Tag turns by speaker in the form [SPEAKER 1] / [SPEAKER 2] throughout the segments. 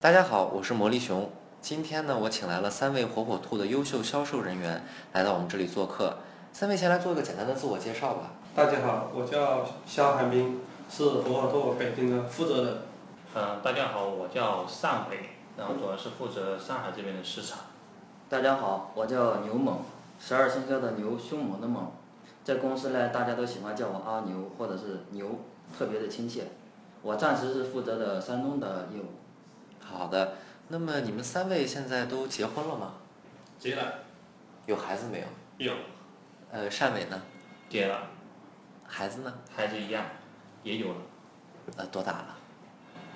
[SPEAKER 1] 大家好，我是魔力熊。今天呢，我请来了三位火火兔的优秀销售人员来到我们这里做客。三位先来做一个简单的自我介绍吧。
[SPEAKER 2] 大家好，我叫肖寒冰，是火火兔北京的负责人。
[SPEAKER 3] 呃，大家好，我叫尚伟，然后主要是负责上海这边的市场。
[SPEAKER 4] 大家好，我叫牛猛，十二生肖的牛，凶猛的猛。在公司呢，大家都喜欢叫我阿牛或者是牛，特别的亲切。我暂时是负责的山东的业务。
[SPEAKER 1] 好的，那么你们三位现在都结婚了吗？
[SPEAKER 2] 结了，
[SPEAKER 1] 有孩子没有？
[SPEAKER 2] 有，
[SPEAKER 1] 呃，善伟呢？
[SPEAKER 3] 结了，
[SPEAKER 1] 孩子呢？
[SPEAKER 3] 孩子一样，也有了。
[SPEAKER 1] 呃，多大了？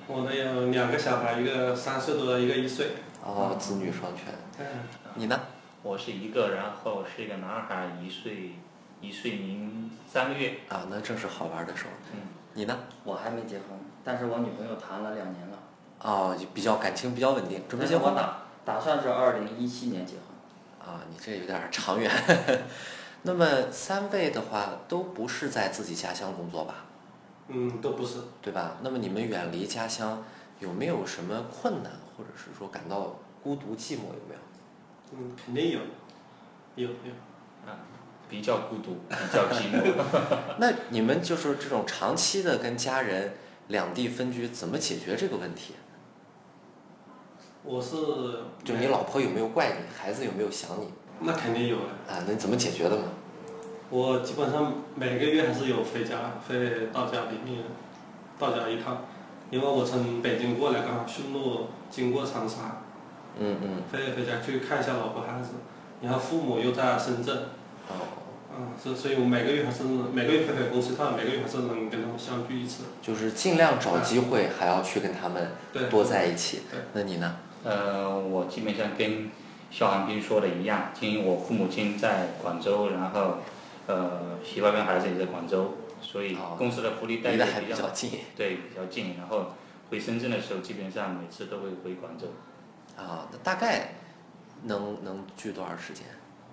[SPEAKER 2] 我的有两个小孩，一个三岁多的，一个一岁。
[SPEAKER 1] 哦，子女双全。
[SPEAKER 2] 嗯，
[SPEAKER 1] 你呢？
[SPEAKER 3] 我是一个，然后是一个男孩，一岁，一岁零三个月。
[SPEAKER 1] 啊，那正是好玩的时候。
[SPEAKER 3] 嗯，
[SPEAKER 1] 你呢？
[SPEAKER 4] 我还没结婚，但是我女朋友谈了两年了，
[SPEAKER 1] 哦，比较感情比较稳定，准备
[SPEAKER 4] 但是
[SPEAKER 1] 结婚
[SPEAKER 4] 我
[SPEAKER 1] 了。
[SPEAKER 4] 打打算是二零一七年结婚。
[SPEAKER 1] 啊，你这有点长远。 那么三位的话都不是在自己家乡工作吧？
[SPEAKER 2] 嗯，都不是。
[SPEAKER 1] 对吧？那么你们远离家乡，有没有什么困难，或者是说感到孤独寂寞，有没有？
[SPEAKER 2] 嗯，肯定有，有有。
[SPEAKER 3] 比较孤独，比较寂寞。
[SPEAKER 1] 那你们就是这种长期的跟家人两地分居，怎么解决这个问题？
[SPEAKER 2] 我是
[SPEAKER 1] 就你老婆有没有怪你，孩子有没有想你
[SPEAKER 2] 那肯定有的。
[SPEAKER 1] 啊？那你怎么解决的呢？
[SPEAKER 2] 我基本上每个月还是有回家，回到家里面，到家一趟，因为我从北京过来，刚好顺路经过长沙，
[SPEAKER 1] 嗯嗯，
[SPEAKER 2] 飞回家去看一下老婆孩子，然后父母又在深圳，
[SPEAKER 1] 哦，
[SPEAKER 2] 嗯，所所以我每个月还是每个月回回公司，但每个月还是能跟他们相聚一次。
[SPEAKER 1] 就是尽量找机会，还要去跟他们
[SPEAKER 2] 对，
[SPEAKER 1] 多在一起
[SPEAKER 2] 对。
[SPEAKER 1] 那你呢？
[SPEAKER 3] 呃，我基本上跟肖寒冰说的一样，因为我父母亲在广州，然后呃，媳妇跟孩子也在广州，所以
[SPEAKER 1] 哦
[SPEAKER 3] 公司的福利待
[SPEAKER 1] 离
[SPEAKER 3] 遇
[SPEAKER 1] 得还
[SPEAKER 3] 也
[SPEAKER 1] 比
[SPEAKER 3] 比较
[SPEAKER 1] 较近
[SPEAKER 3] 对比较近。然后回深圳的时候，基本上每次都会回广州。
[SPEAKER 1] 啊，那大概能能聚多少时间？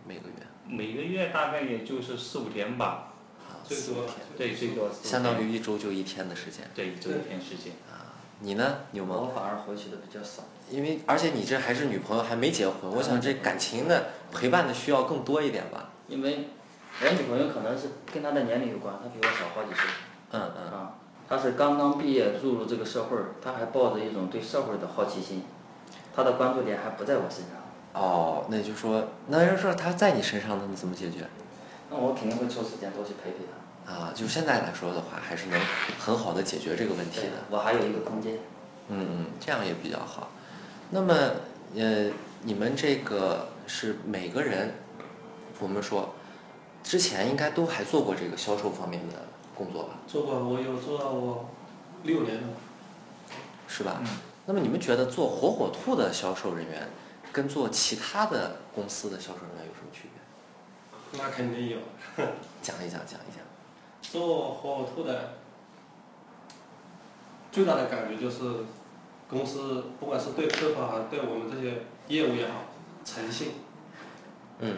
[SPEAKER 1] 每个月
[SPEAKER 3] 每个月大概也就是四五天吧，
[SPEAKER 1] 啊，
[SPEAKER 2] 最
[SPEAKER 1] 四
[SPEAKER 2] 多
[SPEAKER 1] 五天，
[SPEAKER 3] 对，最多四五天
[SPEAKER 1] 相当于一周就一天的时间
[SPEAKER 3] 对周一天时间。
[SPEAKER 1] 啊。你呢，牛萌？
[SPEAKER 4] 我反而回去的比较少。
[SPEAKER 1] 因为而且你这还是女朋友，还没结婚，我想这感情的陪伴的需要更多一点吧。
[SPEAKER 4] 因为我女朋友可能是跟她的年龄有关，她比我小好几岁
[SPEAKER 1] 嗯嗯，
[SPEAKER 4] 啊。她是刚刚毕业入入这个社会儿，她还抱着一种对社会的好奇心，她的关注点还不在我身上，
[SPEAKER 1] 哦，那就说，那要说他在你身上，那你怎么解决？
[SPEAKER 4] 那我肯定会抽时间多去陪陪她。
[SPEAKER 1] 啊，就现在来说的话，还是能很好的解决这个问题
[SPEAKER 4] 对
[SPEAKER 1] 的。，
[SPEAKER 4] 我还有一个空间。
[SPEAKER 1] 嗯嗯，这样也比较好。那么，呃，你们这个是每个人，我们说，之前应该都还做过这个销售方面的工作吧，
[SPEAKER 2] 做过我有做到我六年了，
[SPEAKER 1] 是吧？
[SPEAKER 3] 嗯
[SPEAKER 1] 那么你们觉得做火火兔的销售人员，跟做其他的公司的销售人员有什么区别？
[SPEAKER 2] 那肯定有。
[SPEAKER 1] 讲一讲，讲一讲。
[SPEAKER 2] 做火火兔的最大的感觉就是，公司不管是对客户还是对我们这些业务也好，诚信。
[SPEAKER 1] 嗯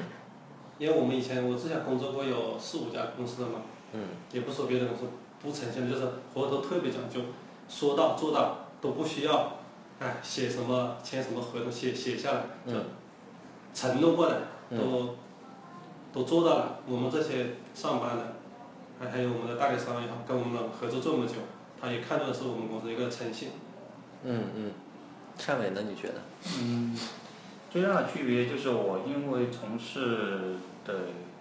[SPEAKER 2] 因为我们以前我之前工作过有四五家公司的嘛，
[SPEAKER 1] 嗯，
[SPEAKER 2] 也不说别的公司不诚信，就是活都特别讲究，说到做到，都不需要，哎，写什么签什么合同写写下来，就
[SPEAKER 1] 嗯
[SPEAKER 2] 承诺过的
[SPEAKER 1] 嗯
[SPEAKER 2] 都、都做到了。我们这些上班的，还还有我们的代理商也好，跟我们合作这么久，他也看到的是我们公司一个诚信。
[SPEAKER 1] 嗯嗯，善伟呢？你觉得？
[SPEAKER 3] 嗯，最大的区别就是我因为从事的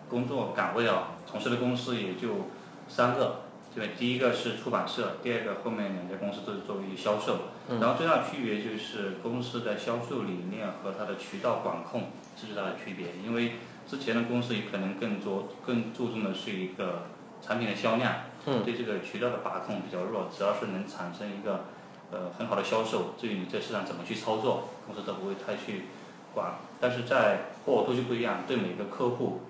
[SPEAKER 3] 工作岗位啊，从事的公司也就三个，对，第一个是出版社，第二个后面两家公司都是作为销售，
[SPEAKER 1] 嗯
[SPEAKER 3] 然后最大的区别就是公司的销售理念和它的渠道管控是最大的区别，因为之前的公司也可能更着更注重的是一个产品的销量，
[SPEAKER 1] 嗯
[SPEAKER 3] 对这个渠道的把控比较弱，只要是能产生一个呃很好的销售，至于你在市场怎么去操作，公司都不会太去管。但是在火火兔就不一样，对每个客户、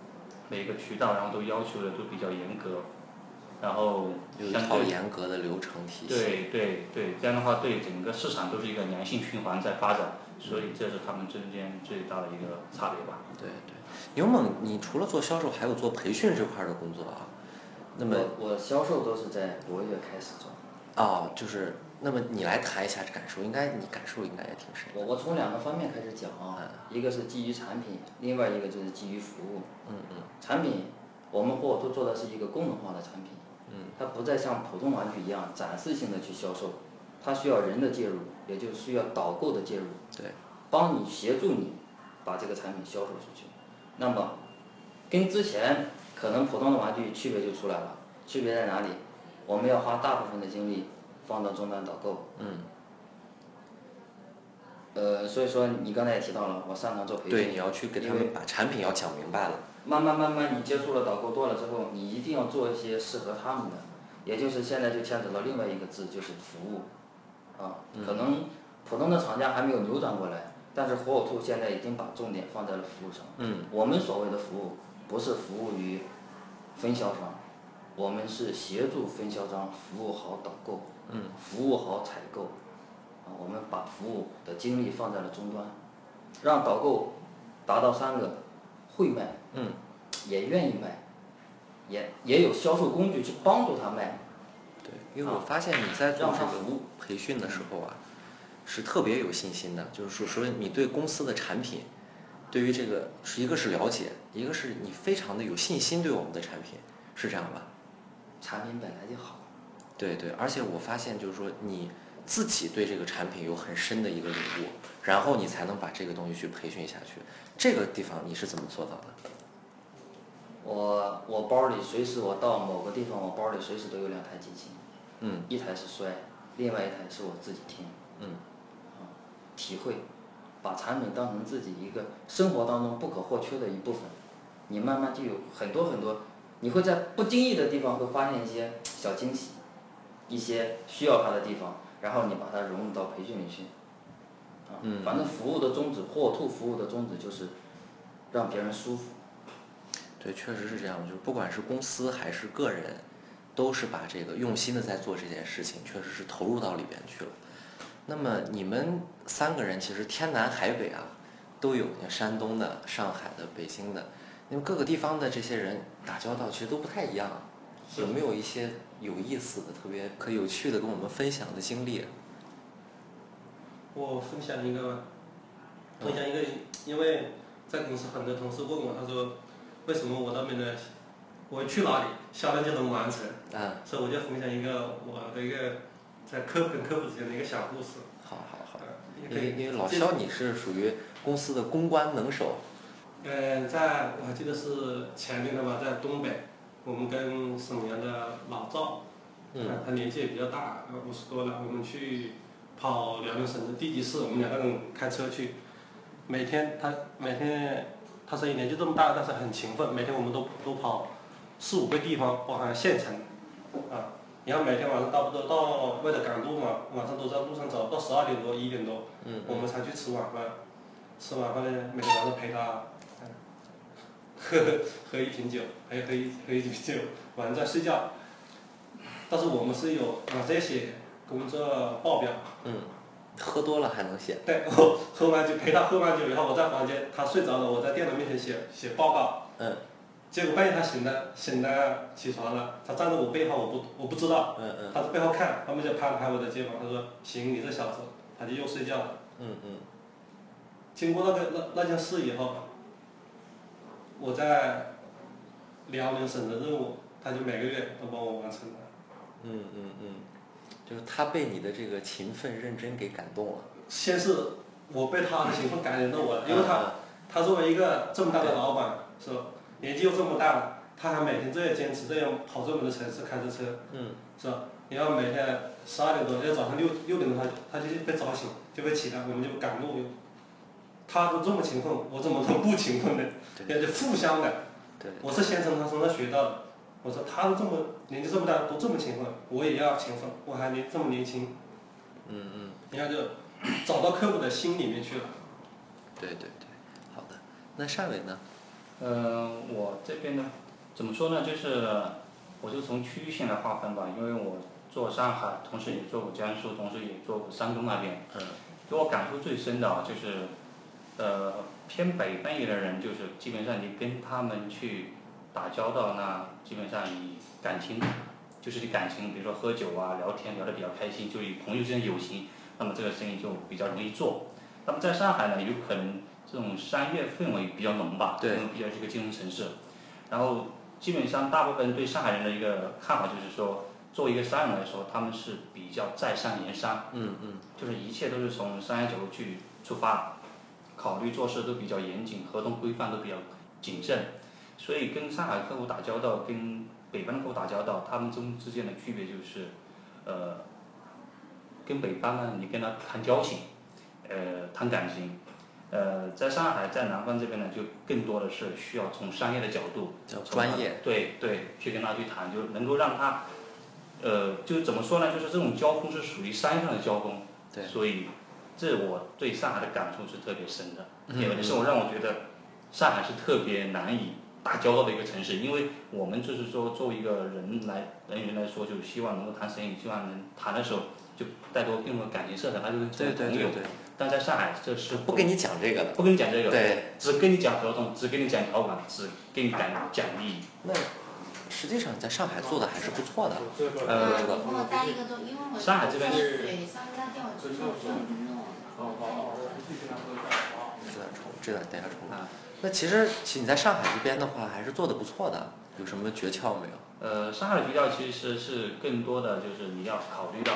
[SPEAKER 3] 每个渠道，然后都要求的都比较严格，然后
[SPEAKER 1] 有一
[SPEAKER 3] 相
[SPEAKER 1] 套
[SPEAKER 3] 对
[SPEAKER 1] 严格的流程体系。
[SPEAKER 3] 对对对，这样的话对整个市场都是一个良性循环在发展，所以这是他们之间最大的一个差别吧。
[SPEAKER 1] 对对，牛猛，你除了做销售，还有做培训这块儿的工作啊。那么
[SPEAKER 4] 我我销售都是在博月开始做，
[SPEAKER 1] 哦，就是那么你来谈一下这感受，应该你感受应该也挺深
[SPEAKER 4] 我
[SPEAKER 1] 的。
[SPEAKER 4] 我从两个方面开始讲啊，一个是基于产品，另外一个就是基于服务。
[SPEAKER 1] 嗯嗯
[SPEAKER 4] 产品，我们货都做的是一个功能化的产品，
[SPEAKER 1] 嗯
[SPEAKER 4] 它不再像普通玩具一样展示性的去销售，它需要人的介入，也就需要导购的介入，
[SPEAKER 1] 对，
[SPEAKER 4] 帮你协助你把这个产品销售出去。那么，跟之前可能普通的玩具区别就出来了，区别在哪里？我们要花大部分的精力放到终端导购，
[SPEAKER 1] 嗯，
[SPEAKER 4] 呃，所以说你刚才也提到了，我擅长做培训，
[SPEAKER 1] 对，你要去给他
[SPEAKER 4] 因为
[SPEAKER 1] 们把产品要讲明白了。
[SPEAKER 4] 慢慢慢慢，你接触了导购多了之后，你一定要做一些适合他们的，也就是现在就牵扯到另外一个字，就是服务，啊，可
[SPEAKER 1] 嗯
[SPEAKER 4] 能普通的厂家还没有扭转过来，但是火火兔现在已经把重点放在了服务上。
[SPEAKER 1] 嗯
[SPEAKER 4] 我们所谓的服务，不是服务于分销商，我们是协助分销商服务好导购，
[SPEAKER 1] 嗯
[SPEAKER 4] 服务好采购，啊，我们把服务的精力放在了终端，让导购达到三个会卖。
[SPEAKER 1] 嗯
[SPEAKER 4] 也愿意卖，也也有销售工具去帮助他卖。
[SPEAKER 1] 对，因为我发现你在做
[SPEAKER 4] 啊让
[SPEAKER 1] 这
[SPEAKER 4] 他
[SPEAKER 1] 个
[SPEAKER 4] 服务
[SPEAKER 1] 培训的时候啊，是特别有信心的，就是说，说你对公司的产品，对于这个是一个是了解，一个是你非常的有信心对我们的产品，是这样吧？
[SPEAKER 4] 产品本来就好，
[SPEAKER 1] 对对，而且我发现就是说你自己对这个产品有很深的一个领悟，然后你才能把这个东西去培训下去。这个地方你是怎么做到的？
[SPEAKER 4] 我我包里随时我到某个地方，我包里随时都有两台机器，
[SPEAKER 1] 嗯
[SPEAKER 4] 一台是摔，另外一台是我自己听，
[SPEAKER 1] 嗯
[SPEAKER 4] 啊，体会，把产品当成自己一个生活当中不可或缺的一部分，你慢慢就有很多很多，你会在不经意的地方会发现一些小惊喜，一些需要它的地方，然后你把它融入到培训里去，啊，
[SPEAKER 1] 嗯
[SPEAKER 4] 反正服务的宗旨，火兔服务的宗旨就是让别人舒服，
[SPEAKER 1] 对，确实是这样。就是不管是公司还是个人，都是把这个用心的在做这件事情，确实是投入到里边去了。那么你们三个人其实天南海北啊，都有山东的、上海的、北京的，你们各个地方的这些人打交道其实都不太一样。啊有没有一些有意思的、特别可有趣的跟我们分享的经历？啊
[SPEAKER 2] 我分享一个吧，分享一个，因为在公司很多同事问我，他说为什么我到美的，我去哪里下单就能完成，
[SPEAKER 1] 啊，
[SPEAKER 2] 所以我就分享一个我的一个在科普跟科普之间的一个小故事，
[SPEAKER 1] 好好好
[SPEAKER 2] 呃，也
[SPEAKER 1] 因
[SPEAKER 2] 可以
[SPEAKER 1] 为因为老肖你是属于公司的公关能手，
[SPEAKER 2] 呃，在我还记得是前年的吧，在东北，我们跟沈阳的老赵，
[SPEAKER 1] 嗯
[SPEAKER 2] 他他年纪也比较大，呃五十多了，我们去跑辽宁省的地级市，我们两个人开车去，每天他每天他声音年纪这么大，但是很勤奋，每天我们都都跑四五个地方，包含县城，啊，然后每天晚上差不多到为了赶路嘛，晚上都在路上走，到十二点多一点多，
[SPEAKER 1] 嗯
[SPEAKER 2] 我们才去吃晚饭，吃晚饭呢，每天晚上陪他，嗯喝 喝一瓶酒，还喝一喝一瓶酒，晚上再睡觉。但是我们是有晚上要写工作报表，
[SPEAKER 1] 嗯，喝多了还能写，
[SPEAKER 2] 对我喝完酒陪他喝完酒以后，我在房间，他睡着了，我在电脑面前写写报告。
[SPEAKER 1] 嗯
[SPEAKER 2] 结果半夜他醒了，醒了起床了，他站在我背后，我不我不知道，
[SPEAKER 1] 嗯嗯
[SPEAKER 2] 他在背后看，他们就拍了拍我的肩膀，他说：“行，你这小子。”他就又睡觉了。
[SPEAKER 1] 嗯嗯，
[SPEAKER 2] 经过那个那那件事以后，我在辽宁省的任务，他就每个月都帮我完成了。
[SPEAKER 1] 嗯嗯嗯，就是他被你的这个勤奋认真给感动了，
[SPEAKER 2] 先是我被他的勤奋感染到我了，因为他他作为一个这么大的老板，是吧？年纪又这么大了，他还每天这样坚持，这样跑这么多城市开着车。
[SPEAKER 1] 嗯
[SPEAKER 2] 是吧？你要每天十二点多，要早上六六点多他他就被早醒，就被起来，我们就赶路。他都这么勤奋，我怎么能不勤奋呢？
[SPEAKER 1] 对
[SPEAKER 2] 也就互相的，
[SPEAKER 1] 对，
[SPEAKER 2] 我是先从他身上学到的。我说他都这么年纪这么大都这么勤奋，我也要勤奋，我还年这么年轻，
[SPEAKER 1] 嗯嗯。
[SPEAKER 2] 然后就找到客户的心里面去了。
[SPEAKER 1] 对对对，好的。那善伟呢？
[SPEAKER 3] 呃，我这边呢，怎么说呢？就是我就从区域性来划分吧，因为我做上海，同时也做过江苏，同时也做过山东那边。
[SPEAKER 1] 嗯
[SPEAKER 3] 给我感触最深的啊，就是，呃，偏北方一点的人，就是基本上你跟他们去打交道，那基本上你感情就是你感情，比如说喝酒啊、聊天聊得比较开心，就与朋友之间友情，那么这个生意就比较容易做。那么在上海呢，有可能这种商业氛围比较浓吧，
[SPEAKER 1] 对
[SPEAKER 3] 因为毕竟是一个金融城市。然后基本上大部分对上海人的一个看法就是说，作为一个商人来说，他们是比较在商言商，
[SPEAKER 1] 嗯嗯，
[SPEAKER 3] 就是一切都是从商业角度去出发，考虑做事都比较严谨，合同规范都比较谨慎，所以跟上海客户打交道，跟北方的客户打交道，他们中之间的区别就是，呃，跟北方呢，你跟他谈交情，呃，谈感情，呃，在上海在南方这边呢，就更多的是需要从商业的角度，
[SPEAKER 1] 叫专业，
[SPEAKER 3] 对对，去跟他去谈，就能够让他，呃，就是怎么说呢？就是这种交锋是属于商业上的交锋，
[SPEAKER 1] 对
[SPEAKER 3] 所以这我对上海的感触是特别深的，
[SPEAKER 1] 嗯
[SPEAKER 3] 也也是我让我觉得上海是特别难以打交道的一个城市，因为我们就是说作为一个人来人员来说，就希望能够谈生意，希望能谈的时候就带多更多感情色彩，他就会成
[SPEAKER 1] 对
[SPEAKER 3] 为
[SPEAKER 1] 对
[SPEAKER 3] 朋
[SPEAKER 1] 对
[SPEAKER 3] 友。
[SPEAKER 1] 对，
[SPEAKER 3] 但在上海这是
[SPEAKER 1] 不跟你讲这个的，
[SPEAKER 3] 不跟你讲这个，
[SPEAKER 1] 对，
[SPEAKER 3] 只跟你讲合同，只跟你讲条款，只跟你讲讲利益。
[SPEAKER 1] 那实际上你在上海做的还是不错的，
[SPEAKER 2] 这个
[SPEAKER 1] 呃
[SPEAKER 5] 啊，我跟我搭一个都，因为我
[SPEAKER 3] 嗯上海这边
[SPEAKER 2] 是
[SPEAKER 5] 水，上次他叫我去做，我说你弄，
[SPEAKER 1] 这段重，这段等一下重来。
[SPEAKER 3] 啊，
[SPEAKER 1] 那其实，其实你在上海这边的话，还是做的不错的，有什么诀窍没有？
[SPEAKER 3] 呃，上海的比较其实是更多的就是你要考虑到，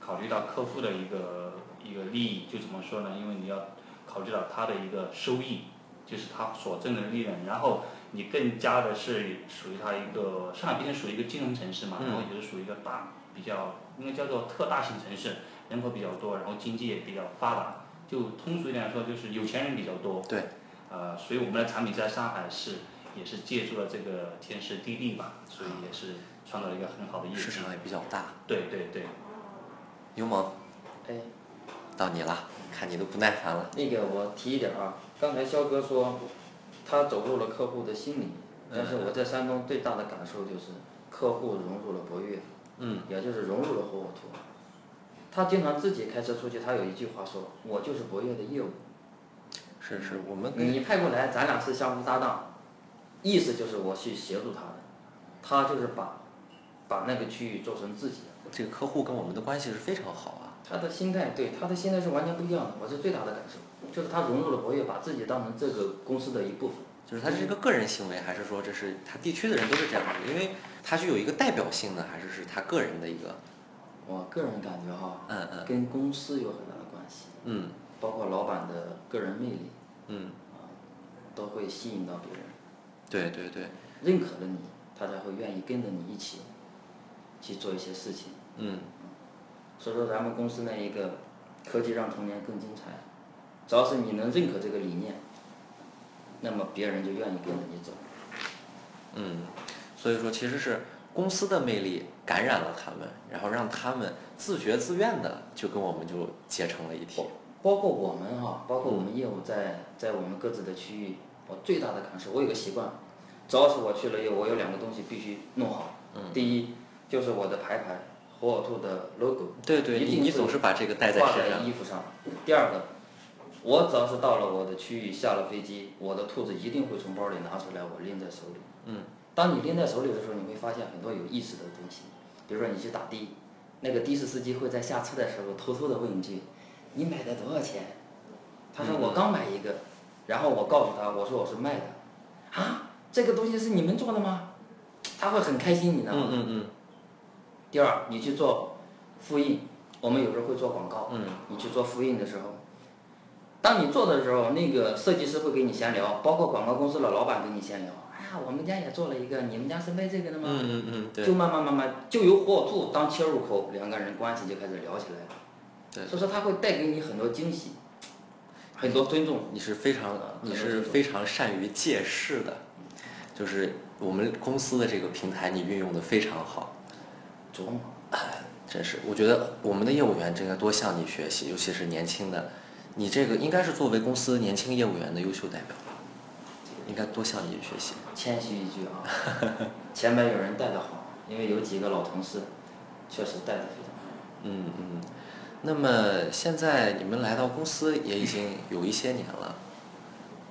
[SPEAKER 3] 考虑到客户的一个一个利益，就怎么说呢？因为你要考虑到他的一个收益，就是他所挣的利润，然后你更加的是属于他一个上海毕竟属于一个金融城市嘛，
[SPEAKER 1] 嗯
[SPEAKER 3] 然后也是属于一个大比较应该叫做特大型城市，人口比较多，然后经济也比较发达，就通俗一点来说就是有钱人比较多。
[SPEAKER 1] 对。
[SPEAKER 3] 呃，所以我们的产品在上海是也是借助了这个天时地利吧，所以也是创造了一个很好的业
[SPEAKER 1] 市
[SPEAKER 3] 绩。
[SPEAKER 1] 场也比较大。
[SPEAKER 3] 对对对，
[SPEAKER 1] 牛萌，
[SPEAKER 4] 哎，
[SPEAKER 1] 到你了，看你都不耐烦了。
[SPEAKER 4] 那个我提一点啊，刚才肖哥说他走入了客户的心里，
[SPEAKER 1] 嗯
[SPEAKER 4] 但是我在山东最大的感受就是客户融入了博越，
[SPEAKER 1] 嗯，
[SPEAKER 4] 也就是融入了火火兔。他经常自己开车出去，他有一句话说：“我就是博越的业务，
[SPEAKER 1] 是是，我们跟
[SPEAKER 4] 你派过来，咱俩是相互搭档。”意思就是我去协助他的，他就是把把那个区域做成自己的。
[SPEAKER 1] 这个客户跟我们的关系是非常好啊。
[SPEAKER 4] 他的心态，对他的心态是完全不一样的，我是最大的感受，就是他融入了博越，把自己当成这个公司的一部分。
[SPEAKER 1] 就是他
[SPEAKER 4] 嗯
[SPEAKER 1] 是一个个人行为，还是说这是他地区的人都是这样的？因为他具有一个代表性呢，还是是他个人的一个？
[SPEAKER 4] 我个人感觉哈，
[SPEAKER 1] 嗯嗯
[SPEAKER 4] 跟公司有很大的关系，
[SPEAKER 1] 嗯
[SPEAKER 4] 包括老板的个人魅力
[SPEAKER 1] 嗯，
[SPEAKER 4] 啊，都会吸引到别人，
[SPEAKER 1] 对对对，
[SPEAKER 4] 认可了你，他才会愿意跟着你一起去做一些事情。
[SPEAKER 1] 嗯
[SPEAKER 4] 所以说，咱们公司那一个科技让童年更精彩，只要是你能认可这个理念，那么别人就愿意跟着你走。
[SPEAKER 1] 嗯，所以说其实是公司的魅力感染了他们，然后让他们自觉自愿的就跟我们就结成了一
[SPEAKER 4] 哦
[SPEAKER 1] 体。
[SPEAKER 4] 包括我们哈、包括我们业务在在我们各自的区域，我最大的感受，我有个习惯，只要是我去了业务，我有两个东西必须弄好。第一就是我的牌牌，火火兔的 logo，
[SPEAKER 1] 对对，
[SPEAKER 4] 一
[SPEAKER 1] 你
[SPEAKER 4] 定
[SPEAKER 1] 你
[SPEAKER 4] 是
[SPEAKER 1] 总是把这个带在
[SPEAKER 4] 挂
[SPEAKER 1] 身
[SPEAKER 4] 在
[SPEAKER 1] 上。
[SPEAKER 4] 衣服上。第二个，我只要是到了我的区域，下了飞机，我的兔子一定会从包里拿出来，我拎在手里。
[SPEAKER 1] 嗯，
[SPEAKER 4] 当你拎在手里的时候，你会发现很多有意思的东西，比如说你去打的，那个的士司机会在下车的时候偷偷的问一句：“你买的多少钱？”他
[SPEAKER 1] 嗯
[SPEAKER 4] 说：“我刚买一个。”然后我告诉他：“我说我是卖的。”啊，这个东西是你们做的吗？他会很开心，你知道吗？
[SPEAKER 1] 嗯嗯嗯
[SPEAKER 4] 第二，你去做复印，我们有时候会做广告，
[SPEAKER 1] 嗯，
[SPEAKER 4] 你去做复印的时候，当你做的时候，那个设计师会跟你闲聊，包括广告公司的老板跟你闲聊，哎呀，我们家也做了一个，你们家是卖这个的吗？
[SPEAKER 1] 嗯嗯嗯，对
[SPEAKER 4] 就慢慢慢慢就由火火兔当切入口，两个人关系就开始聊起来了。
[SPEAKER 1] 对。
[SPEAKER 4] 所以说他会带给你很多惊喜，很多尊重。
[SPEAKER 1] 你是非常
[SPEAKER 4] 啊
[SPEAKER 1] 你
[SPEAKER 4] 可能
[SPEAKER 1] 是
[SPEAKER 4] 这种
[SPEAKER 1] 非常善于借势的，就是我们公司的这个平台你运用的非常好，
[SPEAKER 4] 琢磨，
[SPEAKER 1] 真是我觉得我们的业务员真应该多向你学习，尤其是年轻的，你这个应该是作为公司年轻业务员的优秀代表吧，应该多向你学习。
[SPEAKER 4] 谦虚一句啊， 前面有人带的好，因为有几个老同事确实带的非常好。
[SPEAKER 1] 嗯嗯，那么现在你们来到公司也已经有一些年了，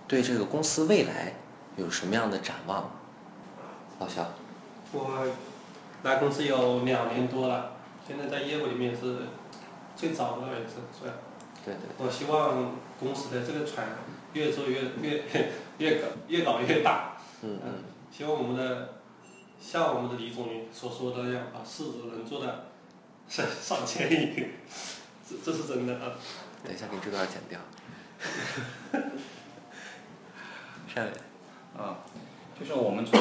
[SPEAKER 1] 对这个公司未来有什么样的展望？老肖，
[SPEAKER 2] 我来公司有两年多了，现在在业务里面是最早的位置，是吧？
[SPEAKER 1] 对对
[SPEAKER 2] 我希望公司的这个船越做越越越搞越搞越大。
[SPEAKER 1] 嗯嗯，
[SPEAKER 2] 希望我们的像我们的李总所说的那样，把市值能做到上上千亿，这这是真的啊。
[SPEAKER 1] 等一下给这段剪掉。善伟，
[SPEAKER 3] 啊，就是我们从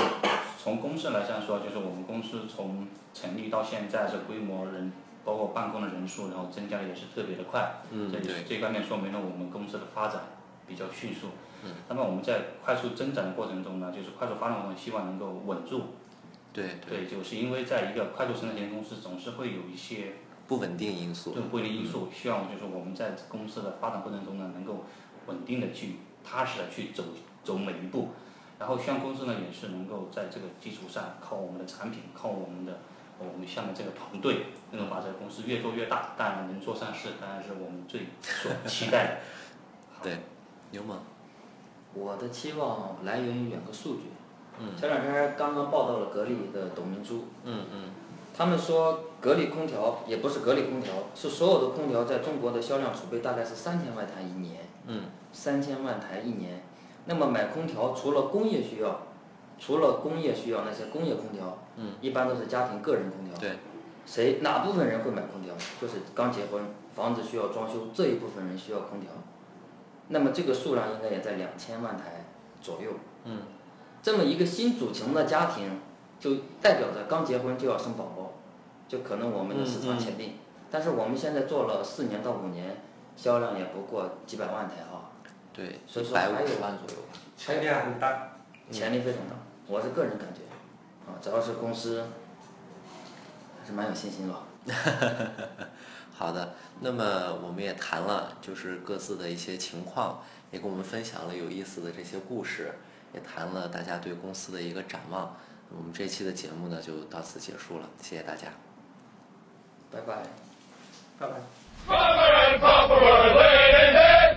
[SPEAKER 3] 从公司来上说，就是我们公司从成立到现在这规模人，包括办公的人数，然后增加的也是特别的快。
[SPEAKER 1] 嗯
[SPEAKER 3] 这也是这一方面说明了我们公司的发展比较迅速。
[SPEAKER 1] 嗯。
[SPEAKER 3] 那么我们在快速增长的过程中呢，就是快速发展过程中，希望能够稳住。
[SPEAKER 1] 对对，
[SPEAKER 3] 对，就是因为在一个快速成长型的公司，总是会有一些
[SPEAKER 1] 不稳定因素嗯
[SPEAKER 3] 这。种不利因素，希望就是我们在公司的发展过程中呢，能够稳定的去踏实的去走走每一步，然后希望公司呢也是能够在这个基础上，靠我们的产品，靠我们的我们项目这个团队，能够把这个公司越做越大。当然能做上市，当然是我们最所期待的。
[SPEAKER 1] 对，牛猛，
[SPEAKER 4] 我的期望来源于两个数据。
[SPEAKER 1] 嗯
[SPEAKER 4] 前两天刚刚报道了格力的董明珠，
[SPEAKER 1] 嗯嗯，
[SPEAKER 4] 他们说格力空调也不是格力空调，是所有的空调在中国的销量储备大概是三千万台一年。
[SPEAKER 1] 嗯，
[SPEAKER 4] 三千万台一年。那么买空调除了工业需要，除了工业需要那些工业空调，
[SPEAKER 1] 嗯，
[SPEAKER 4] 一般都是家庭个人空调。
[SPEAKER 1] 对，
[SPEAKER 4] 谁哪部分人会买空调？就是刚结婚，房子需要装修这一部分人需要空调。那么这个数量应该也在两千万台左右。
[SPEAKER 1] 嗯，
[SPEAKER 4] 这么一个新组成的家庭，就代表着刚结婚就要生宝宝，就可能我们的市场潜力。但是我们现在做了四年到五年，销量也不过几百万台哈，
[SPEAKER 1] 对，
[SPEAKER 4] 所以
[SPEAKER 1] 一
[SPEAKER 4] 说还
[SPEAKER 1] 百
[SPEAKER 4] 有
[SPEAKER 1] 五十万左右吧。
[SPEAKER 2] 潜力还很大，
[SPEAKER 4] 潜力非常大。我是个人感觉，啊，只要是公司，还是蛮有信心的。
[SPEAKER 1] 好的，那么我们也谈了，就是各自的一些情况，也跟我们分享了有意思的这些故事，也谈了大家对公司的一个展望。我们这期的节目呢就到此结束了，谢谢大家。
[SPEAKER 4] 拜拜。
[SPEAKER 2] 拜拜。
[SPEAKER 6] Mama and Papa were laying in bed.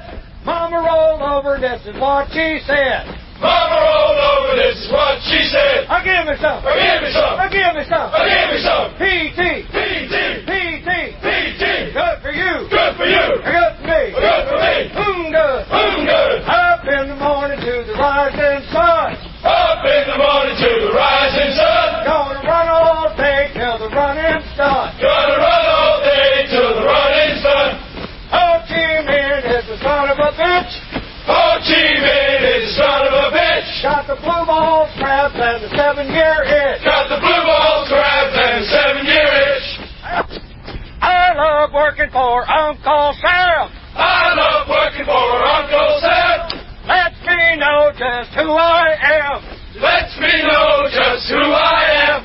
[SPEAKER 7] Mama rolled over, this is what she said.
[SPEAKER 6] Mama rolled over, this is what she said.
[SPEAKER 7] I give me some.
[SPEAKER 6] I gave me some.
[SPEAKER 7] I give me some.
[SPEAKER 6] I gave me some.
[SPEAKER 7] PT.
[SPEAKER 6] PT.
[SPEAKER 7] PT.
[SPEAKER 6] PT.
[SPEAKER 7] Good for you.
[SPEAKER 6] Good for you.
[SPEAKER 7] Good for me.
[SPEAKER 6] Good for me.
[SPEAKER 7] Whom good?
[SPEAKER 6] Boom good.
[SPEAKER 7] Up in the morning to the rising sun.
[SPEAKER 6] Up in the morning to the rising sun.
[SPEAKER 7] Gonna run all day till the running's done.
[SPEAKER 6] Gonna run all day till the running sun.
[SPEAKER 7] Ho Chi Minh is the son of a bitch.
[SPEAKER 6] Ho Chi Minh is the son of a bitch.
[SPEAKER 7] Got the blue ball crabs and the seven-year itch.
[SPEAKER 6] Got the blue ball crabs and seven year itch.
[SPEAKER 7] I love working for Uncle Sam.
[SPEAKER 6] I love working for Uncle Sam.
[SPEAKER 7] Lets me know just who I am.
[SPEAKER 6] Lets me know just who I am.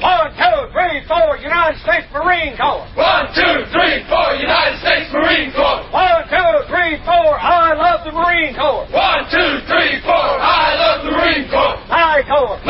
[SPEAKER 7] One, two, three, four, United States Marine Corps.
[SPEAKER 6] One, two, three, four, United States Marine Corps.
[SPEAKER 7] One, two, three, four, I love the Marine Corps.
[SPEAKER 6] One, two, three, four, I love the Marine Corps.
[SPEAKER 7] My Corps.